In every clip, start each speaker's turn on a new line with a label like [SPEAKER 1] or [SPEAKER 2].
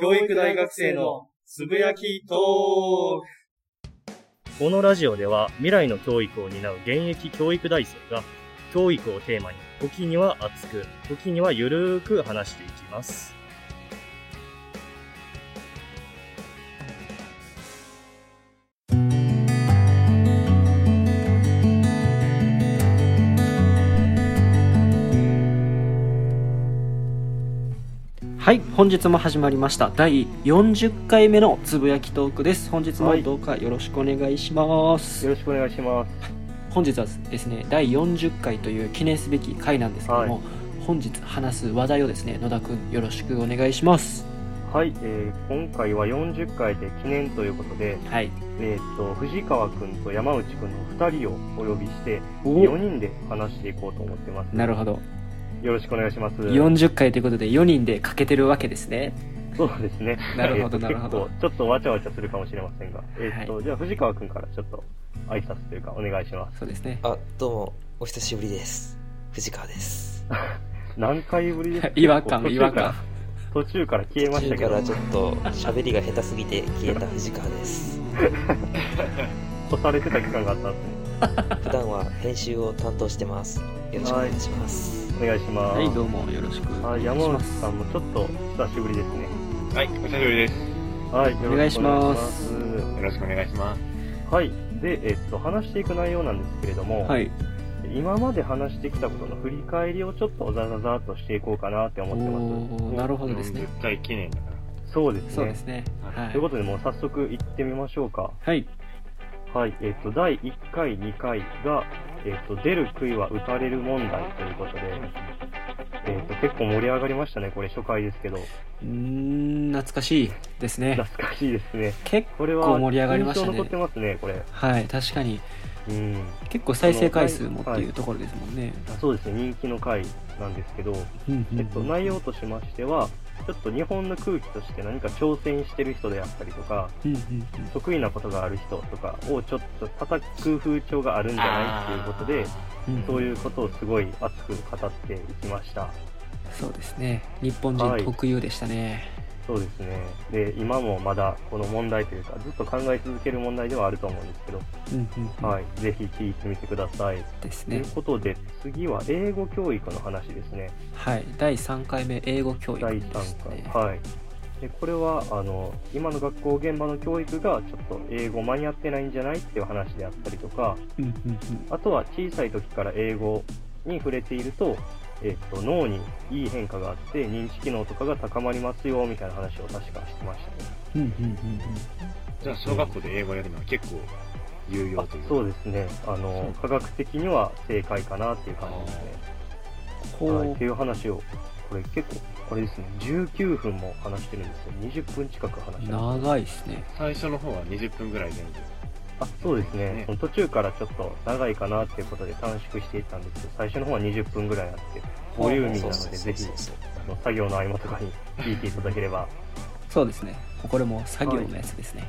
[SPEAKER 1] 教育大学生のつぶやきト
[SPEAKER 2] このラジオでは未来の教育を担う現役教育大生が教育をテーマに時には熱く時にはゆるーく話していきます
[SPEAKER 3] はい本日も始まりました第40回目のつぶやきトークです本日もどうかよろしくお願いします、
[SPEAKER 2] ろしくお願いします
[SPEAKER 3] 本日はですね第40回という記念すべき回なんですけども、本日話す話題をですね野田くんよろしくお願いします
[SPEAKER 2] はい、えー今回は40回で記念ということで、
[SPEAKER 3] はい
[SPEAKER 2] えーっと藤川くんと山内くんの2人をお呼びして4
[SPEAKER 3] お
[SPEAKER 2] 人で話していこうと思ってます
[SPEAKER 3] なるほど
[SPEAKER 2] よろしくお願いします
[SPEAKER 3] 40回ということで4人で欠けてるわけですね
[SPEAKER 2] そうですね
[SPEAKER 3] なるほど
[SPEAKER 2] えーっと
[SPEAKER 3] なるほど
[SPEAKER 2] 結構ちょっとわちゃわちゃするかもしれませんが、えーっと
[SPEAKER 3] は
[SPEAKER 2] じゃあ藤川くんからちょっと挨拶というかお願いします
[SPEAKER 3] そうですね
[SPEAKER 4] あ、どうも、お久しぶりです。藤川です。
[SPEAKER 2] 何回ぶりですか
[SPEAKER 3] 違和感
[SPEAKER 2] 結
[SPEAKER 3] 違
[SPEAKER 2] 構
[SPEAKER 3] 和 感
[SPEAKER 2] 途中から 途中から消えま
[SPEAKER 4] 途
[SPEAKER 2] し
[SPEAKER 4] 中
[SPEAKER 2] たけ
[SPEAKER 4] か
[SPEAKER 2] ど
[SPEAKER 4] らちょっと喋りが下手すぎて消えた藤川 です。
[SPEAKER 2] 干されてた期間があったんですね
[SPEAKER 4] 普段は編集を担当してます。よろしくお願いします。
[SPEAKER 2] お願いします、
[SPEAKER 3] はいどうもよろしくお
[SPEAKER 2] あ
[SPEAKER 3] 願いし
[SPEAKER 2] 山
[SPEAKER 3] ま
[SPEAKER 2] 内
[SPEAKER 3] す
[SPEAKER 2] さんもちょっと久しぶりですね
[SPEAKER 1] はい、お久しぶりです。
[SPEAKER 2] はい
[SPEAKER 3] お願いします
[SPEAKER 2] よろくお願いしま
[SPEAKER 1] よろしくお願いします。
[SPEAKER 2] すはいでえっと話していく内容なんですけれども、
[SPEAKER 3] はい
[SPEAKER 2] 今まで話してきたことの振り返りをちょっとざざざっとしていこうかなって思
[SPEAKER 3] お
[SPEAKER 2] ってま
[SPEAKER 3] ーなるほどですね
[SPEAKER 1] 絶対記念だか
[SPEAKER 2] すそうですね
[SPEAKER 3] そうですねは
[SPEAKER 2] というこ
[SPEAKER 3] い
[SPEAKER 2] とでもう早速行ってみましょうか
[SPEAKER 3] はい
[SPEAKER 2] はいえっと第1回2回が、えっと出る杭は打たれる問題ということで、えっと結構盛り上がりましたねこれ初回ですけど
[SPEAKER 3] うーん懐かしいですね
[SPEAKER 2] 懐かしいですね
[SPEAKER 3] 結
[SPEAKER 2] これ
[SPEAKER 3] 結
[SPEAKER 2] は
[SPEAKER 3] 構盛り上がりましたね
[SPEAKER 2] 印象残ってますねこれ
[SPEAKER 3] はい確かに
[SPEAKER 2] うん
[SPEAKER 3] 結構再生回数もって
[SPEAKER 2] はいいう
[SPEAKER 3] ところですもんね、
[SPEAKER 2] あそうですね人気の回なんですけど、
[SPEAKER 3] うんうん
[SPEAKER 2] えっと、内容としましてはちょっと日本の空気として何か挑戦してる人であったりとか
[SPEAKER 3] うんうんうん
[SPEAKER 2] 得意なことがある人とかをちょっと叩く風潮があるんじゃないっていうことで
[SPEAKER 3] うん
[SPEAKER 2] そういうことをすごい熱く語っていきました
[SPEAKER 3] そうですね日本人特有でしたね、
[SPEAKER 2] そうですねで今もまだこの問題というかずっと考え続ける問題ではあると思うんですけど、
[SPEAKER 3] うんうんうん
[SPEAKER 2] はい、ぜひ聞いてみてください、
[SPEAKER 3] です
[SPEAKER 2] とい
[SPEAKER 3] ね
[SPEAKER 2] うことで次は英語教育の話ですね
[SPEAKER 3] はい第3回目英語教育
[SPEAKER 2] 第
[SPEAKER 3] で
[SPEAKER 2] 3
[SPEAKER 3] す
[SPEAKER 2] 回、
[SPEAKER 3] ね
[SPEAKER 2] はいでこれはあの今の学校現場の教育がちょっと英語間に合ってないんじゃないっていう話であったりとか
[SPEAKER 3] うんうんうん
[SPEAKER 2] あとは小さい時から英語に触れていると,、えっと脳にいい変化があって認知機能とかが高まりますよみたいな話を確かしてましたね
[SPEAKER 3] うんうんうん
[SPEAKER 1] ら。じゃあ、小学校で英語やるのは結構有用
[SPEAKER 2] あ
[SPEAKER 1] という
[SPEAKER 2] そう
[SPEAKER 1] う
[SPEAKER 2] ですね
[SPEAKER 1] そ
[SPEAKER 2] あ
[SPEAKER 1] う
[SPEAKER 2] の科学的には正解かなっていう感じですね
[SPEAKER 3] うん
[SPEAKER 2] はい、
[SPEAKER 3] ほ
[SPEAKER 2] っていう話をこれ結構これですね19分も話してるんですよ20分近く話してま
[SPEAKER 3] う
[SPEAKER 2] す
[SPEAKER 3] 長いですね
[SPEAKER 1] 最初の方は20分ぐらい全部。
[SPEAKER 2] あそうですね
[SPEAKER 1] ね
[SPEAKER 2] その途中からちょっと長いかなっていうことで短縮していったんですけど最初の方は20分ぐらいあってボリューミーなのでぜひ
[SPEAKER 4] そう
[SPEAKER 2] あの作業の合間とかに聞いていただければ
[SPEAKER 3] そうですねこれも作業のやつですね、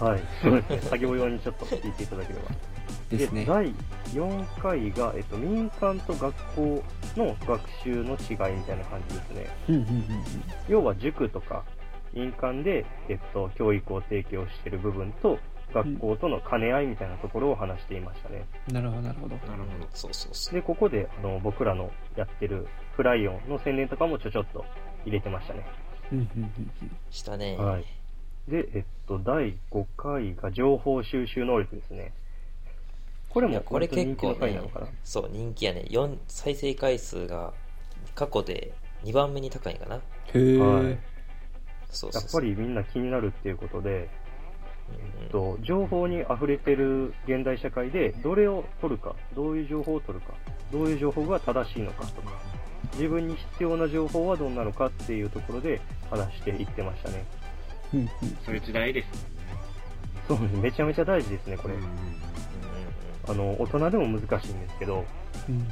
[SPEAKER 2] はいそうですね作業用にちょっと聞いていただければ
[SPEAKER 3] ですね
[SPEAKER 2] 第4回が、えっと、民間と学校の学習の違いみたいな感じですね
[SPEAKER 3] うんうんうんうん
[SPEAKER 2] 要は塾とか民間で、えっと、教育を提供している部分と学校との兼ね合いみたいなところを話していましたね、
[SPEAKER 3] なるほどなるほど
[SPEAKER 1] なるほど。
[SPEAKER 4] そうそうそう。
[SPEAKER 2] で、ここで、あの、僕らのやってるフライオンの宣伝とかもちょちょっと入れてましたね。
[SPEAKER 3] うんうんうんうん
[SPEAKER 4] したね。
[SPEAKER 2] はい。で、えっと、第5回が情報収集能力ですね。これ
[SPEAKER 4] い
[SPEAKER 2] も、
[SPEAKER 4] やこれ結
[SPEAKER 2] 人気
[SPEAKER 4] 構
[SPEAKER 2] の回
[SPEAKER 4] ね
[SPEAKER 2] なのかな。、
[SPEAKER 4] そう、人気やね。四再生回数が過去で2番目に高いんかな。
[SPEAKER 3] へえ、
[SPEAKER 2] はい
[SPEAKER 4] そ
[SPEAKER 2] や
[SPEAKER 4] うそう
[SPEAKER 2] っぱ
[SPEAKER 4] そう。
[SPEAKER 2] りみんな気になるっていうことで、
[SPEAKER 4] うん
[SPEAKER 2] えっと、情報に溢れてる現代社会で、どれを取るか、どういう情報を取るか、どういう情報が正しいのかとか、自分に必要な情報はどんなのかっていうところで話していってましたね。
[SPEAKER 3] うんうん、
[SPEAKER 1] そういう時代ですもんね。
[SPEAKER 2] そうですね。めちゃめちゃ大事ですね、これ。
[SPEAKER 1] うんうん
[SPEAKER 4] う
[SPEAKER 2] あの大人でも難しいんですけど、
[SPEAKER 3] うんうん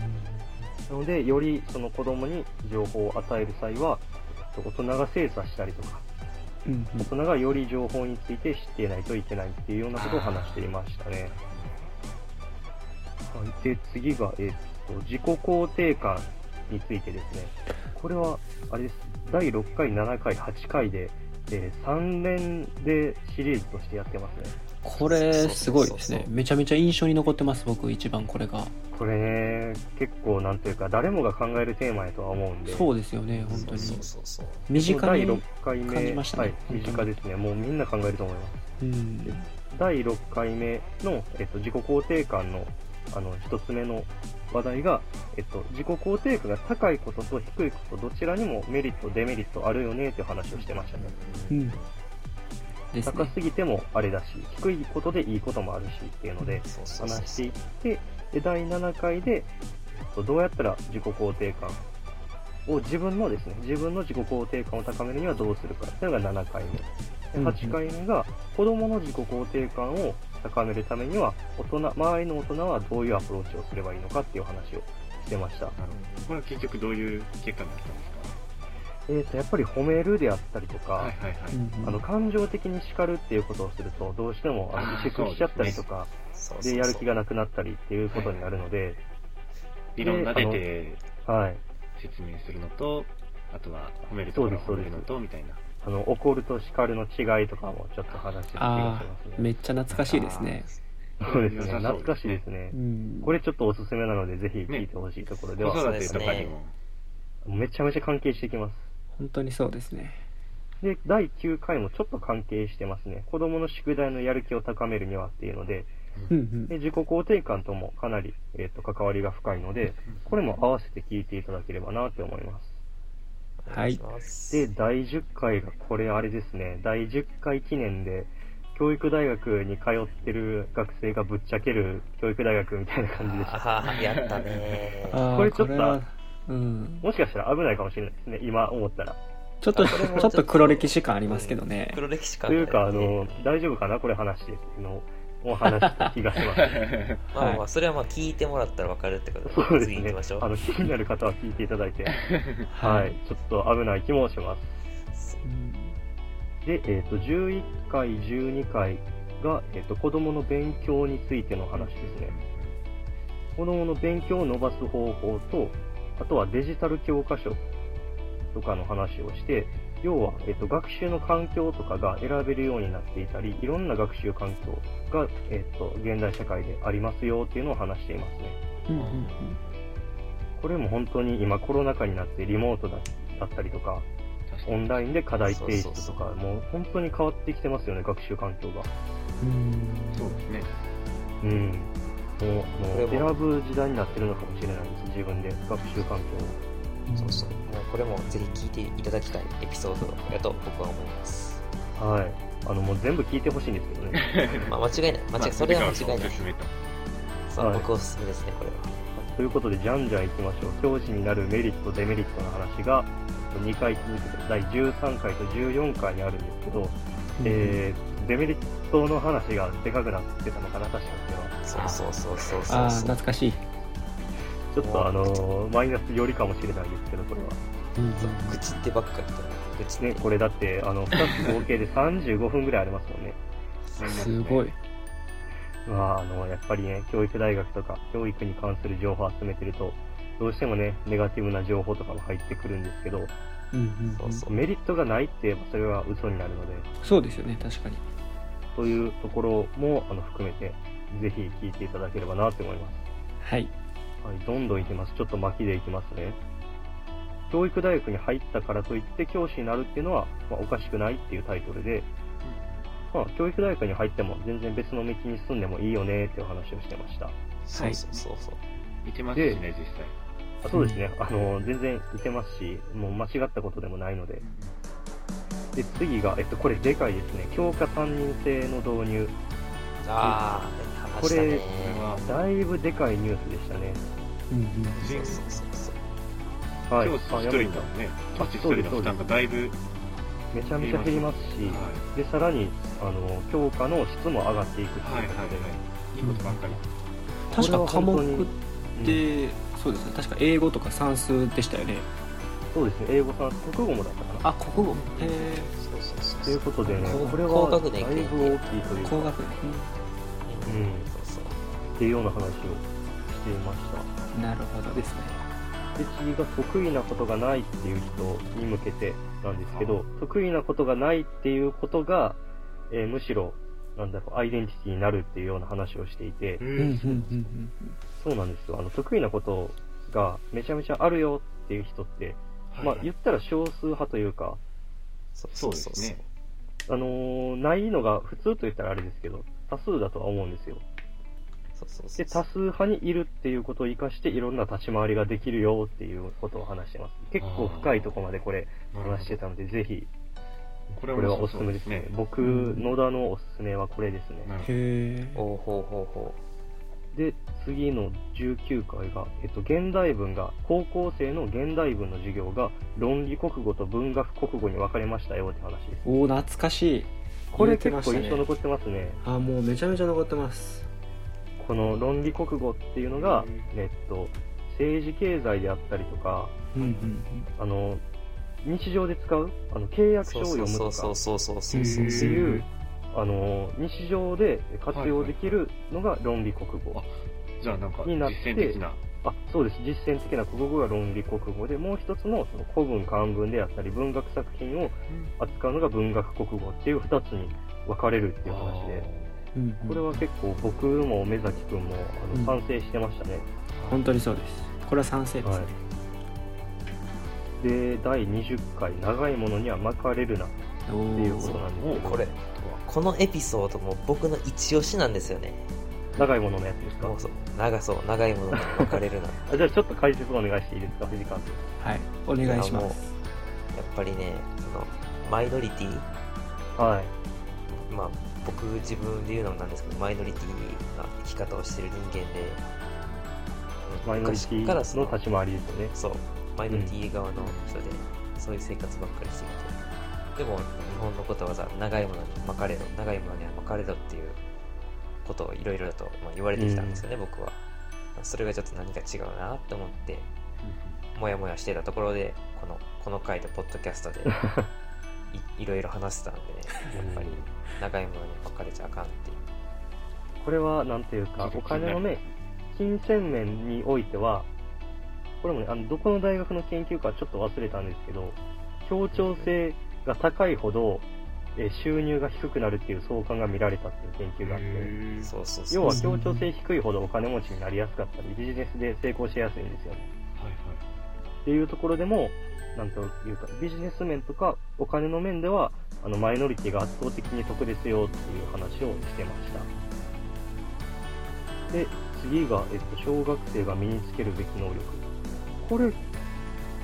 [SPEAKER 2] なので、よりその子供に情報を与える際は、えっと大人が精査したりとか、
[SPEAKER 3] うんうん
[SPEAKER 2] 大人がより情報について知っていないといけないっていうようなことを話していましたね。はい、で、次が、えっと、自己肯定感についてですね、これは、あれです、第6回、7回、8回で、え3連でシリーズとしてやってますね。
[SPEAKER 3] これすごいです
[SPEAKER 4] そうそうそう
[SPEAKER 3] ね
[SPEAKER 4] そう
[SPEAKER 3] めちゃめちゃ印象に残ってます僕一番これが
[SPEAKER 2] これね、結構なんというか、誰もが考えるテーマやとは思うんで、
[SPEAKER 3] そうですよね本当
[SPEAKER 4] そう
[SPEAKER 3] に
[SPEAKER 4] そうそうそう
[SPEAKER 3] 身
[SPEAKER 2] この
[SPEAKER 3] 近
[SPEAKER 2] 第
[SPEAKER 3] に
[SPEAKER 2] 6回目、
[SPEAKER 3] 感じましたね
[SPEAKER 2] はい、身近ですね、もうみんな考えると思います。
[SPEAKER 3] うん
[SPEAKER 2] 第6回目の、えっと、自己肯定感のあの1つ目の話題が、えっと、自己肯定感が高いことと低いことどちらにもメリットデメリットあるよねという話をしてましたね
[SPEAKER 3] うんです
[SPEAKER 2] 高
[SPEAKER 3] ね
[SPEAKER 2] すぎてもあれだし低いことでいいこともあるしっていうので
[SPEAKER 4] そうそうそう
[SPEAKER 2] 話していってで第7回でえっとどうやったら自己肯定感を自分のですね自分の自己肯定感を高めるにはどうするかっていうのが7回目
[SPEAKER 3] うん
[SPEAKER 2] で8回目が子どもの自己肯定感を高めるためには大人周りの大人はどういうアプローチをすればいいのかっていう話をしてました
[SPEAKER 1] なるほど。これは結局どういう結果になったんです
[SPEAKER 2] えー、とやっぱり褒めるであったりとか、
[SPEAKER 1] かはいはいはい。
[SPEAKER 3] うん
[SPEAKER 2] あの感情的に叱るっていうことをするとどうしてもあの
[SPEAKER 1] あー
[SPEAKER 2] 萎縮しちゃったりとか
[SPEAKER 4] そうそうそう
[SPEAKER 2] でやる気がなくなったりっていうことになるので、
[SPEAKER 1] 理論が出て
[SPEAKER 2] はい、
[SPEAKER 1] 説明するのと、あとは褒めるところを褒めるのと、みたいな。
[SPEAKER 2] あの怒ると叱るの違いとかもちょっと話して気が
[SPEAKER 3] あ
[SPEAKER 2] します
[SPEAKER 3] ー
[SPEAKER 2] ね。
[SPEAKER 3] めっちゃ懐かしいですね
[SPEAKER 2] そうですね
[SPEAKER 1] 良さそうですね
[SPEAKER 2] 懐かしいですね
[SPEAKER 3] う。ん
[SPEAKER 2] これちょっとおすすめなので、ぜひ聞いてほしいところで
[SPEAKER 1] 子
[SPEAKER 2] は、
[SPEAKER 1] 育てとかにも。
[SPEAKER 2] めちゃめちゃ関係してきます。
[SPEAKER 3] 本当にそうですね
[SPEAKER 2] で、第9回もちょっと関係してますね。子供の宿題のやる気を高めるにはっていうので、
[SPEAKER 3] うんう
[SPEAKER 2] で
[SPEAKER 3] ん
[SPEAKER 2] 自己肯定感ともかなり、えっと関わりが深いので、これも合わせて聞いていただければなと思います。
[SPEAKER 4] お
[SPEAKER 3] は
[SPEAKER 4] 願
[SPEAKER 3] い
[SPEAKER 4] いします
[SPEAKER 2] で、第10回が、これあれですね、第10回記念で、教育大学に通ってる学生がぶっちゃける教育大学みたいな感じでした。
[SPEAKER 4] ああやったねー
[SPEAKER 3] あー
[SPEAKER 2] これちょっと
[SPEAKER 3] はうん
[SPEAKER 2] もしかしたら危ないかもしれないですね、今思ったら。
[SPEAKER 3] ちょっと
[SPEAKER 4] これも
[SPEAKER 3] ちょっと黒歴史感ありますけどね
[SPEAKER 4] 黒歴史感
[SPEAKER 2] というか、あ
[SPEAKER 4] がね
[SPEAKER 2] の、大丈夫かなこれ話して、の、お話した気がし ます。
[SPEAKER 4] まあまあま
[SPEAKER 3] は
[SPEAKER 4] あそれはまあ聞いてもらったらわかるってこと
[SPEAKER 2] そうです
[SPEAKER 4] 次行
[SPEAKER 2] ね
[SPEAKER 4] きましょ。
[SPEAKER 2] あ
[SPEAKER 4] う
[SPEAKER 2] の、気になる方は聞いていただいて、はい、ちょっと危ない気もします。
[SPEAKER 3] うん
[SPEAKER 2] で、えっ、と、11回、12回が、えっ、と、子供の勉強についての話ですね。子供の勉強を伸ばす方法と、あとはデジタル教科書とかの話をして、要は、えっと、学習の環境とかが選べるようになっていたり、いろんな学習環境が、えっと、現代社会でありますよっていうのを話していますね。
[SPEAKER 3] うんうんうん
[SPEAKER 2] これも本当に今コロナ禍になってリモートだだったりとか、オンラインで課題提出と
[SPEAKER 4] そう
[SPEAKER 2] か、もう本当に変わってきてますよね、学習環境が。
[SPEAKER 3] うん
[SPEAKER 1] そうですね。
[SPEAKER 2] うん。もう、もう
[SPEAKER 4] これも
[SPEAKER 2] 選ぶ時代になってるのかもしれないです、自分で学習環境を。
[SPEAKER 4] そうそうもうこれもぜひ聞いていただきたいエピソードやと僕は思います
[SPEAKER 2] はい。あの、もう全部聞いてほしいんですけど ね。
[SPEAKER 4] まあ間違いない間違いそれは間違いない
[SPEAKER 1] 進めた。
[SPEAKER 4] そう、
[SPEAKER 2] はい
[SPEAKER 4] 僕おすすめですねこれは
[SPEAKER 2] ということで、じゃんじゃん行きましょう。教師になるメリット、デメリットの話が、2回続けて、第13回と14回にあるんですけど、えー、デメリットの話がでかくなってたのかな、確かには。
[SPEAKER 4] そうそうそうそう
[SPEAKER 3] あ
[SPEAKER 4] そ
[SPEAKER 3] あ
[SPEAKER 4] うそう
[SPEAKER 3] 懐かしい、
[SPEAKER 2] ちょっとあのーマイナス寄りかもしれないですけど、これは。
[SPEAKER 3] うんうん
[SPEAKER 4] 愚痴ってばっかりだね愚痴って
[SPEAKER 2] ね、これだって、あの、2つ合計で35分ぐらいありますもんね。
[SPEAKER 3] すごい。
[SPEAKER 2] まあ、あの、やっぱりね、教育大学とか、教育に関する情報を集めてると、どうしてもね、ネガティブな情報とかも入ってくるんですけど、
[SPEAKER 3] うんうん
[SPEAKER 4] そうそう
[SPEAKER 2] メリットがないって言えばそれは嘘になるので、
[SPEAKER 3] そうですよね確かに
[SPEAKER 2] というところも、あの、含めて、ぜひ聞いていただければなと思います。
[SPEAKER 3] はい
[SPEAKER 2] はい、どんどんいきます。ちょっと巻きでいきますね。教育大学に入ったからといって教師になるっていうのは、まあ、おかしくないっていうタイトルで、まあ、教育大学に入っても全然別の道に進んでもいいよねっていう話をしてました。
[SPEAKER 4] そうそうそうそう
[SPEAKER 1] いけますしね、実際。
[SPEAKER 2] あそうですね、あの、全然似てますし、もう間違ったことでもないので。で、次が、えっと、これでかいですね。教科担任制の導入。
[SPEAKER 4] ああ話したね
[SPEAKER 2] こ
[SPEAKER 1] これは、
[SPEAKER 2] だいぶでかいニュースでしたね。
[SPEAKER 3] うん
[SPEAKER 4] そうそうそうそう
[SPEAKER 2] はい。
[SPEAKER 1] 教師
[SPEAKER 2] あ
[SPEAKER 1] 一
[SPEAKER 2] やばい
[SPEAKER 1] 人のね、教師一人の負担がだいぶ、
[SPEAKER 2] めちゃめちゃ減りますし、で、さらに、あの、教科の質も上がっていくっていうこと
[SPEAKER 1] はいはい
[SPEAKER 2] で、
[SPEAKER 1] はい。いいことばっかり。
[SPEAKER 3] 確か科目っ
[SPEAKER 2] うん
[SPEAKER 3] て、そうですね確か英語とか算数でしたよね
[SPEAKER 2] そうですね、英語算数、国語もだったかな。
[SPEAKER 3] あ国語へえ
[SPEAKER 4] そうそうそう
[SPEAKER 2] ということでね、
[SPEAKER 4] こう
[SPEAKER 2] これ
[SPEAKER 4] 高
[SPEAKER 2] はだ
[SPEAKER 4] 学年
[SPEAKER 2] い
[SPEAKER 4] いくね
[SPEAKER 2] ぶ大きいというか
[SPEAKER 3] 工学
[SPEAKER 4] うん
[SPEAKER 2] うん
[SPEAKER 4] そうそう
[SPEAKER 2] っていうような話をしていました。
[SPEAKER 3] なるほどですね
[SPEAKER 2] 私が得意なことがないっていう人に向けてなんですけど、得意なことがないっていうことが、えーむしろ、なんだろう、アイデンティティになるっていうような話をしていて、
[SPEAKER 1] う
[SPEAKER 3] うんうんうん
[SPEAKER 1] ん。
[SPEAKER 3] うん
[SPEAKER 2] そうなんですよ。あの、得意なことがめちゃめちゃあるよっていう人って、まあ、言ったら少数派というか、
[SPEAKER 4] そう
[SPEAKER 1] そうですね。
[SPEAKER 2] あのーないのが普通と言ったらあれですけど、多数だとは思うんですよ。
[SPEAKER 4] そうそうそ
[SPEAKER 2] で、
[SPEAKER 4] う
[SPEAKER 2] 多数派にいるっていうことを活かして、いろんな立ち回りができるよっていうことを話してます。結構深いところまでこれ
[SPEAKER 1] なるほど
[SPEAKER 2] 話してたので、ぜひ、
[SPEAKER 1] これ
[SPEAKER 2] これは
[SPEAKER 1] 面白
[SPEAKER 2] おすす
[SPEAKER 1] そう
[SPEAKER 2] め
[SPEAKER 1] で
[SPEAKER 2] ですす
[SPEAKER 1] ね
[SPEAKER 2] ね。。僕、野田のおすすめはこれです
[SPEAKER 1] なるほ
[SPEAKER 2] ね。
[SPEAKER 1] ど
[SPEAKER 3] へえ。
[SPEAKER 4] おうほうほうほ
[SPEAKER 2] で、次の19回が、えっと、現代文が、高校生の現代文の授業が、論理国語と文学国語に分かれましたよって話です。
[SPEAKER 3] おお懐かしい。
[SPEAKER 2] これ
[SPEAKER 3] 言うて
[SPEAKER 2] 結
[SPEAKER 3] ました
[SPEAKER 2] 構
[SPEAKER 3] ね
[SPEAKER 2] 印象残ってますね。
[SPEAKER 3] あもうめちゃめちゃ残ってます。
[SPEAKER 2] この論理国語っていうのが、えっと、政治経済であったりとか、
[SPEAKER 3] うんうん
[SPEAKER 2] あの、日常で使う、あの、契
[SPEAKER 4] う。
[SPEAKER 2] 約書
[SPEAKER 4] そ
[SPEAKER 2] を
[SPEAKER 4] う
[SPEAKER 2] 読む
[SPEAKER 4] そ
[SPEAKER 2] と
[SPEAKER 4] うそ
[SPEAKER 2] か
[SPEAKER 4] う、そうそうそうそう
[SPEAKER 2] って
[SPEAKER 4] そう。
[SPEAKER 2] いう、あの、日常で活用できるのが論理国語。
[SPEAKER 1] じゃあなんか
[SPEAKER 2] に
[SPEAKER 1] 実
[SPEAKER 2] なって
[SPEAKER 1] 践的な。
[SPEAKER 2] あ、そうです。実践的な国語が論理国語で、もう一つのその古文、漢文であったり、文学作品を扱うのが文学国語っていう二つに分かれるっていう話で、
[SPEAKER 3] うんうんうん。
[SPEAKER 2] これは結構僕も目崎くんも、あ
[SPEAKER 3] うん
[SPEAKER 2] の、賛成してましたね。
[SPEAKER 3] 本当にそうです。これは賛成ですね。
[SPEAKER 2] で、第20回、長いものには巻かれるなって
[SPEAKER 3] おお
[SPEAKER 2] いうことなんですけど、
[SPEAKER 4] これ、このエピソードも僕の一押しなんですよね。
[SPEAKER 2] 長いもののやつですか
[SPEAKER 4] もうそう、長そう、長いものに分かれ るな。や
[SPEAKER 2] あじゃあちょっと解説お願いしていいですか、藤川さん。
[SPEAKER 3] はい。お願いします。
[SPEAKER 4] っぱりね、その、マイノリティ
[SPEAKER 2] はい。
[SPEAKER 4] まあ、僕自分で言うのもなんですけどマイノリティな生き方をしてる人間で
[SPEAKER 2] マイノリティ
[SPEAKER 4] 昔からそ
[SPEAKER 2] の
[SPEAKER 4] の
[SPEAKER 2] 立ち回りですよね。
[SPEAKER 4] そうマイノリティ側の人で、そういう生活ばっかりしてきてでも日本のことわざ長いものに巻かれろ長いものには巻かれろっていうことをいろいろと、まあ、言われてきたんですよね、僕はそれがちょっと何か違うなって思ってもやもやしてたところでこのこの回とポッドキャスト でいいろいろ話してたんでねやっぱり長いものに巻かれちゃあかんっていう
[SPEAKER 2] これは、なんていうか、お金のね、金銭面においては、これもね、あの、どこの大学の研究かちょっと忘れたんですけど、協調性が高いほど、えー収入が低くなるっていう相関が見られたっていう研究があって、
[SPEAKER 1] へー
[SPEAKER 4] そうそうそう
[SPEAKER 2] 要は協調性低いほどお金持ちになりやすかったり、ビジネスで成功しやすいんですよね。
[SPEAKER 1] はいはい。
[SPEAKER 2] っていうところでも、なんというか、ビジネス面とかお金の面では、あの、マイノリティが圧倒的に得ですよっていう話をしてました。で、次が、えっと、小学生が身につけるべき能力。これ、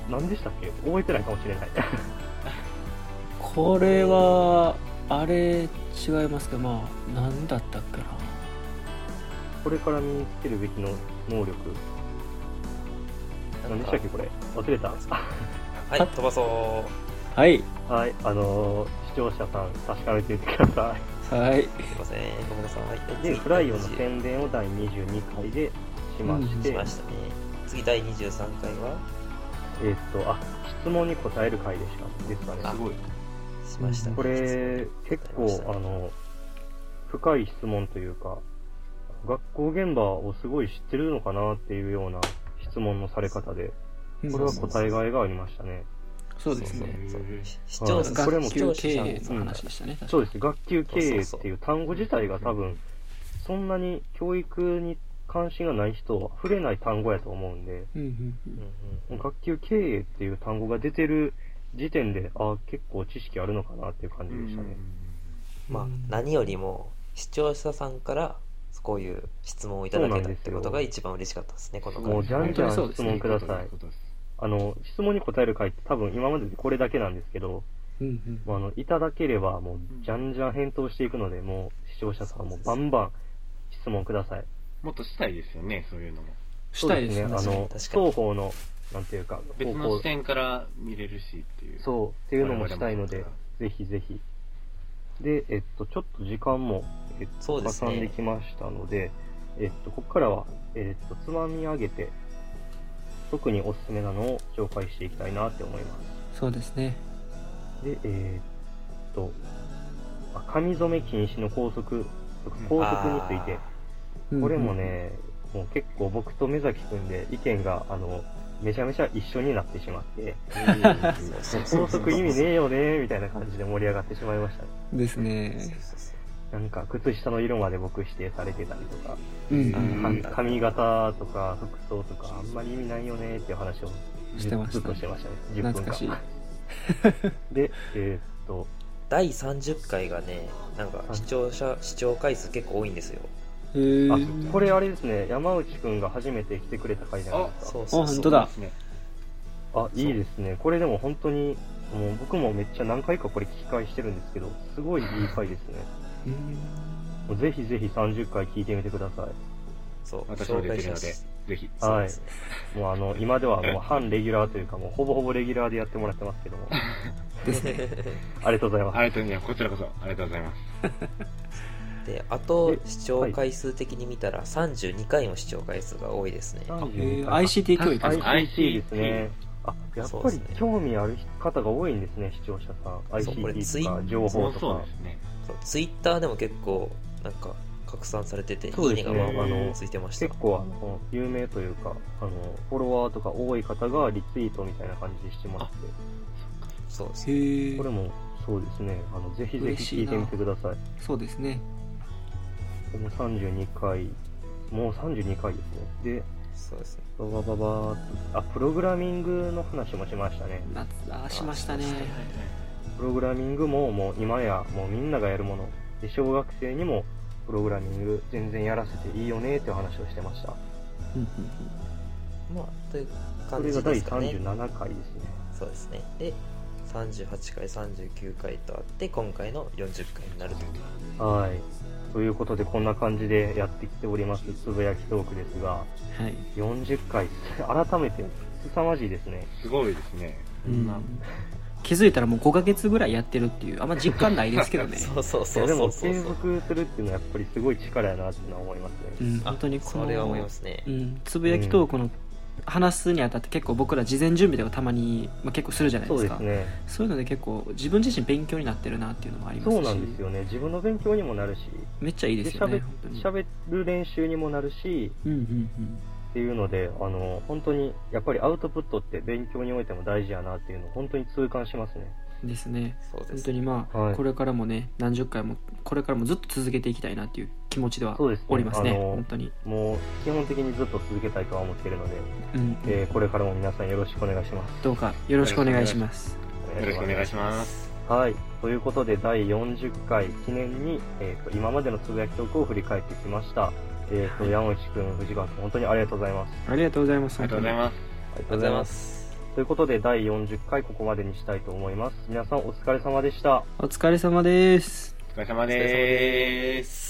[SPEAKER 2] 何でしたっけ覚えてないかもしれない。
[SPEAKER 3] これはあれ違いますか。まあ何だったっけな。
[SPEAKER 2] これから身につけるべきの能力。
[SPEAKER 4] な
[SPEAKER 2] 何
[SPEAKER 4] ん
[SPEAKER 2] でし
[SPEAKER 4] か
[SPEAKER 2] たっけこれ。忘れた。
[SPEAKER 4] はい飛ばそう
[SPEAKER 3] はい
[SPEAKER 2] はい、あのー視聴者さん、確かめてみてください。
[SPEAKER 3] はい。
[SPEAKER 4] すいませんごめんなさいはい
[SPEAKER 2] で、
[SPEAKER 4] 次
[SPEAKER 2] フライオンの宣伝を第22回でしまして、
[SPEAKER 4] しましたね次第23回は
[SPEAKER 2] えーっと、あ、質問に答える回でした、ですか
[SPEAKER 4] あ
[SPEAKER 1] す
[SPEAKER 2] ね。
[SPEAKER 1] ごい。
[SPEAKER 4] しましたね
[SPEAKER 2] これ、結
[SPEAKER 4] ございまし
[SPEAKER 2] 構、
[SPEAKER 4] た
[SPEAKER 2] あの、深い質問というか、学校現場をすごい知ってるのかなっていうような質問のされ方で、これは答えがいがありましたね。
[SPEAKER 3] そうですね。
[SPEAKER 4] そうそう視
[SPEAKER 2] そ
[SPEAKER 4] 聴
[SPEAKER 2] う
[SPEAKER 4] 者
[SPEAKER 2] そう
[SPEAKER 4] さん
[SPEAKER 2] これも
[SPEAKER 3] 学級
[SPEAKER 4] 視聴
[SPEAKER 3] 経
[SPEAKER 4] 者さん
[SPEAKER 3] 営の話でしたね。
[SPEAKER 2] そう
[SPEAKER 3] う
[SPEAKER 2] です。学級経営っていう単語自体が多分、そんなに教育に関心がない人は触れない単語やと思うんで、
[SPEAKER 3] んうんう
[SPEAKER 4] う
[SPEAKER 3] ん。
[SPEAKER 4] んうんうん
[SPEAKER 2] 学級経営っていう単語が出てる時点で、ああ、結構知識あるのかなっていう感じでしたね。
[SPEAKER 4] まあ何よりも視聴者さんからこういう質問をいただけたってことが一番嬉しかったですねこの
[SPEAKER 2] もう
[SPEAKER 4] 回
[SPEAKER 2] じゃんじゃん質問くだ
[SPEAKER 1] そう
[SPEAKER 2] さ
[SPEAKER 1] い。
[SPEAKER 2] いう
[SPEAKER 1] ことです。
[SPEAKER 2] あの、質問に答える回って多分今まででこれだけなんですけど、
[SPEAKER 3] うんうん。
[SPEAKER 2] もうあの、いただければもうじゃんじゃん返答していくので、もう視聴者さんもバンバン質問ください。
[SPEAKER 1] もっとしたいですよね、そういうのも。
[SPEAKER 3] したいですね。
[SPEAKER 2] そうあの、
[SPEAKER 4] 確かに
[SPEAKER 2] 双方の、なんていうか、
[SPEAKER 1] 別
[SPEAKER 2] 方向
[SPEAKER 1] の視点から見れるしっていう。う。
[SPEAKER 2] そう、っていうのもしたいので、ぜひぜひ。で、えっと、ちょっと時間も、えっ
[SPEAKER 4] そ
[SPEAKER 2] と、
[SPEAKER 4] うで
[SPEAKER 2] か
[SPEAKER 4] す
[SPEAKER 2] さ
[SPEAKER 4] ね
[SPEAKER 2] んできましたので、えっと、ここからは、えっと、つまみ上げて、特におすすめなのを紹介していきたいなって思いま
[SPEAKER 3] そうですね。
[SPEAKER 2] す。で、えっと、あ髪染め禁止の校則とか
[SPEAKER 1] うん、
[SPEAKER 2] 校則について、
[SPEAKER 3] うんうん
[SPEAKER 2] これも。ね、もう結構僕と目崎くんで意見が、あの、めちゃめちゃ一緒になってしまって、
[SPEAKER 1] うん
[SPEAKER 4] そうそう
[SPEAKER 2] 法則意味ねえよねーみたいな感じで盛り上がってしまいましたね。
[SPEAKER 3] です
[SPEAKER 4] そう
[SPEAKER 3] ね。
[SPEAKER 4] そうそう
[SPEAKER 2] なんか、靴下の色まで僕指定されてたりとか、
[SPEAKER 3] うんう
[SPEAKER 4] う
[SPEAKER 2] 髪
[SPEAKER 4] ん
[SPEAKER 2] 髪型とか服装とかあんまり意味ないよねーっていう話を
[SPEAKER 3] うん。
[SPEAKER 2] ず
[SPEAKER 3] してまし
[SPEAKER 2] っと
[SPEAKER 3] た。
[SPEAKER 2] してましたね。10分
[SPEAKER 3] 懐
[SPEAKER 2] 間。
[SPEAKER 3] かしい。
[SPEAKER 2] で、えーっと、
[SPEAKER 4] 第30回がね、なんか視聴者、視聴回数結構多いんですよ。
[SPEAKER 3] へー
[SPEAKER 2] あ、これあれですね、山内くんが初めて来てくれた回じゃないですか。
[SPEAKER 4] う
[SPEAKER 3] あ本当だ
[SPEAKER 1] ですね
[SPEAKER 2] あ、いいですね。これでも本当に、もう僕もめっちゃ何回かこれ聞き返してるんですけど、すごいいい回ですね。
[SPEAKER 3] うん
[SPEAKER 2] もうぜひぜひ30回聞いてみてください。
[SPEAKER 4] そう、
[SPEAKER 1] 私も
[SPEAKER 4] 紹
[SPEAKER 1] 出
[SPEAKER 4] 介
[SPEAKER 1] て
[SPEAKER 4] し
[SPEAKER 1] る
[SPEAKER 4] ま。
[SPEAKER 1] のですぜひ
[SPEAKER 4] そうですね
[SPEAKER 2] もうあの、今ではもう半レギュラーというか、もうほぼほぼレギュラーでやってもらってますけども。あ
[SPEAKER 3] ですね。
[SPEAKER 2] りがとうございます。
[SPEAKER 1] ありがとうございますこちらこそありがとうございます
[SPEAKER 4] で、あと
[SPEAKER 2] え
[SPEAKER 4] 視聴回数的に見たら32回も視聴回数が多いですね。
[SPEAKER 3] えー
[SPEAKER 2] 32回
[SPEAKER 3] ICT 教育
[SPEAKER 1] あ
[SPEAKER 3] ですか
[SPEAKER 2] ICT ですね。あ、やっ
[SPEAKER 4] そう
[SPEAKER 2] ぱ
[SPEAKER 4] です
[SPEAKER 2] り
[SPEAKER 4] ね
[SPEAKER 2] 興味ある方が多いんですね、視聴者さん。
[SPEAKER 4] そうこれツ
[SPEAKER 2] ICT
[SPEAKER 4] イ
[SPEAKER 2] とか情
[SPEAKER 1] そ
[SPEAKER 2] 報
[SPEAKER 1] う
[SPEAKER 2] と
[SPEAKER 1] そう
[SPEAKER 2] か
[SPEAKER 1] で。すね
[SPEAKER 4] ツイッターでも結構、なんか、拡散されてて、い
[SPEAKER 2] そう
[SPEAKER 4] い
[SPEAKER 2] で
[SPEAKER 4] ね
[SPEAKER 2] す
[SPEAKER 4] が
[SPEAKER 2] ね
[SPEAKER 4] まあまあついてました
[SPEAKER 2] 結。構あの、有名というか、あの、フォロワーとか多い方がリツイートみたいな感じでしてもらって、
[SPEAKER 4] そうです
[SPEAKER 3] へ
[SPEAKER 4] ね。
[SPEAKER 3] ー
[SPEAKER 2] これもそうですね、あの、ぜひぜ
[SPEAKER 3] 嬉しい
[SPEAKER 2] ひ聞い
[SPEAKER 3] な
[SPEAKER 2] てみてください。
[SPEAKER 3] そうですね。
[SPEAKER 2] この32回、もう32回ですね。で、
[SPEAKER 4] そうですね。
[SPEAKER 2] ババババーっとあ、プログラミングの話もしましたね。
[SPEAKER 3] 夏あーしましたね。
[SPEAKER 2] プログラミングももう今やもうみんながやるもの。で、小学生にもプログラミング全然やらせていいよねっていう話をしてました。
[SPEAKER 3] うんうん
[SPEAKER 4] まあ、という
[SPEAKER 2] そ
[SPEAKER 4] 感
[SPEAKER 2] れ
[SPEAKER 4] じ
[SPEAKER 2] が
[SPEAKER 4] で
[SPEAKER 2] 第
[SPEAKER 4] すかね。
[SPEAKER 2] 37回ですね。
[SPEAKER 4] そうですね。で、38回、39回とあって、今回の40回になると。
[SPEAKER 2] はい。ということで、こんな感じでやってきております、つぶやきトークですが、
[SPEAKER 3] うんはい。
[SPEAKER 2] 40回、 改めて、凄まじいですね。
[SPEAKER 1] すごいですねそ
[SPEAKER 3] う
[SPEAKER 1] んなん
[SPEAKER 3] 気づいたらもう5ヶ月ぐらいやってるっていう、あんま実感ないですけどね。
[SPEAKER 4] そうそう
[SPEAKER 2] い
[SPEAKER 4] そ
[SPEAKER 2] や
[SPEAKER 4] う
[SPEAKER 2] で
[SPEAKER 4] そ
[SPEAKER 2] も、
[SPEAKER 4] うそう
[SPEAKER 2] 継。続するっていうのはやっぱりすごい力やなっていうのは思います
[SPEAKER 3] う
[SPEAKER 2] ね。
[SPEAKER 3] ん、
[SPEAKER 4] あ
[SPEAKER 3] 本当にこの
[SPEAKER 4] それは思いますね
[SPEAKER 3] う。ん、つぶやきトークの話すにあたって結構僕ら事前準備ではたまに、まあ、結構するじゃない
[SPEAKER 2] そ
[SPEAKER 3] です
[SPEAKER 2] うで
[SPEAKER 3] か
[SPEAKER 2] すね。
[SPEAKER 3] そういうので結構自分自身勉強になってるなっていうのもありますし
[SPEAKER 2] そうなんですよね。自分の勉強にもなるし、
[SPEAKER 3] めっちゃいいですよ
[SPEAKER 2] で
[SPEAKER 3] ね
[SPEAKER 2] 喋
[SPEAKER 3] 本当に
[SPEAKER 2] 喋る練習にもなるし、
[SPEAKER 3] うんうんうん
[SPEAKER 2] っていうので、あの、本当に、やっぱりアウトプットって勉強においても大事やなっていうのを本当に痛感しますね。
[SPEAKER 3] ですね
[SPEAKER 4] そうで
[SPEAKER 3] 本
[SPEAKER 4] す
[SPEAKER 3] 当
[SPEAKER 4] ね。
[SPEAKER 3] にまあ、
[SPEAKER 2] はい
[SPEAKER 3] これからもね何十回もこれからもずっと続けていきたいなっていう気持ちでは
[SPEAKER 2] そうですね
[SPEAKER 3] おりますね
[SPEAKER 2] あの
[SPEAKER 3] 本当に、
[SPEAKER 2] もう、基本的にずっと続けたいとは思っているので、
[SPEAKER 3] うん
[SPEAKER 2] えーこれからも皆さんよろしくお願いします。
[SPEAKER 3] どうかよろしくお願いします
[SPEAKER 1] よろしくお願いします
[SPEAKER 2] はい。ということで、第40回記念に、えーと、今までのつぶやきトークを振り返ってきました。えっ、と、山内くん、藤川くん、本当にありがとうございます。
[SPEAKER 3] ありがとうございます
[SPEAKER 1] ありがとうござい
[SPEAKER 3] 本
[SPEAKER 1] ます
[SPEAKER 2] ありが
[SPEAKER 4] ありがとうございま。す。
[SPEAKER 2] ということで、第40回ここまでにしたいと思います。皆さんお疲れ様でした。
[SPEAKER 3] 当にお疲れ様です
[SPEAKER 1] お疲れ様でーす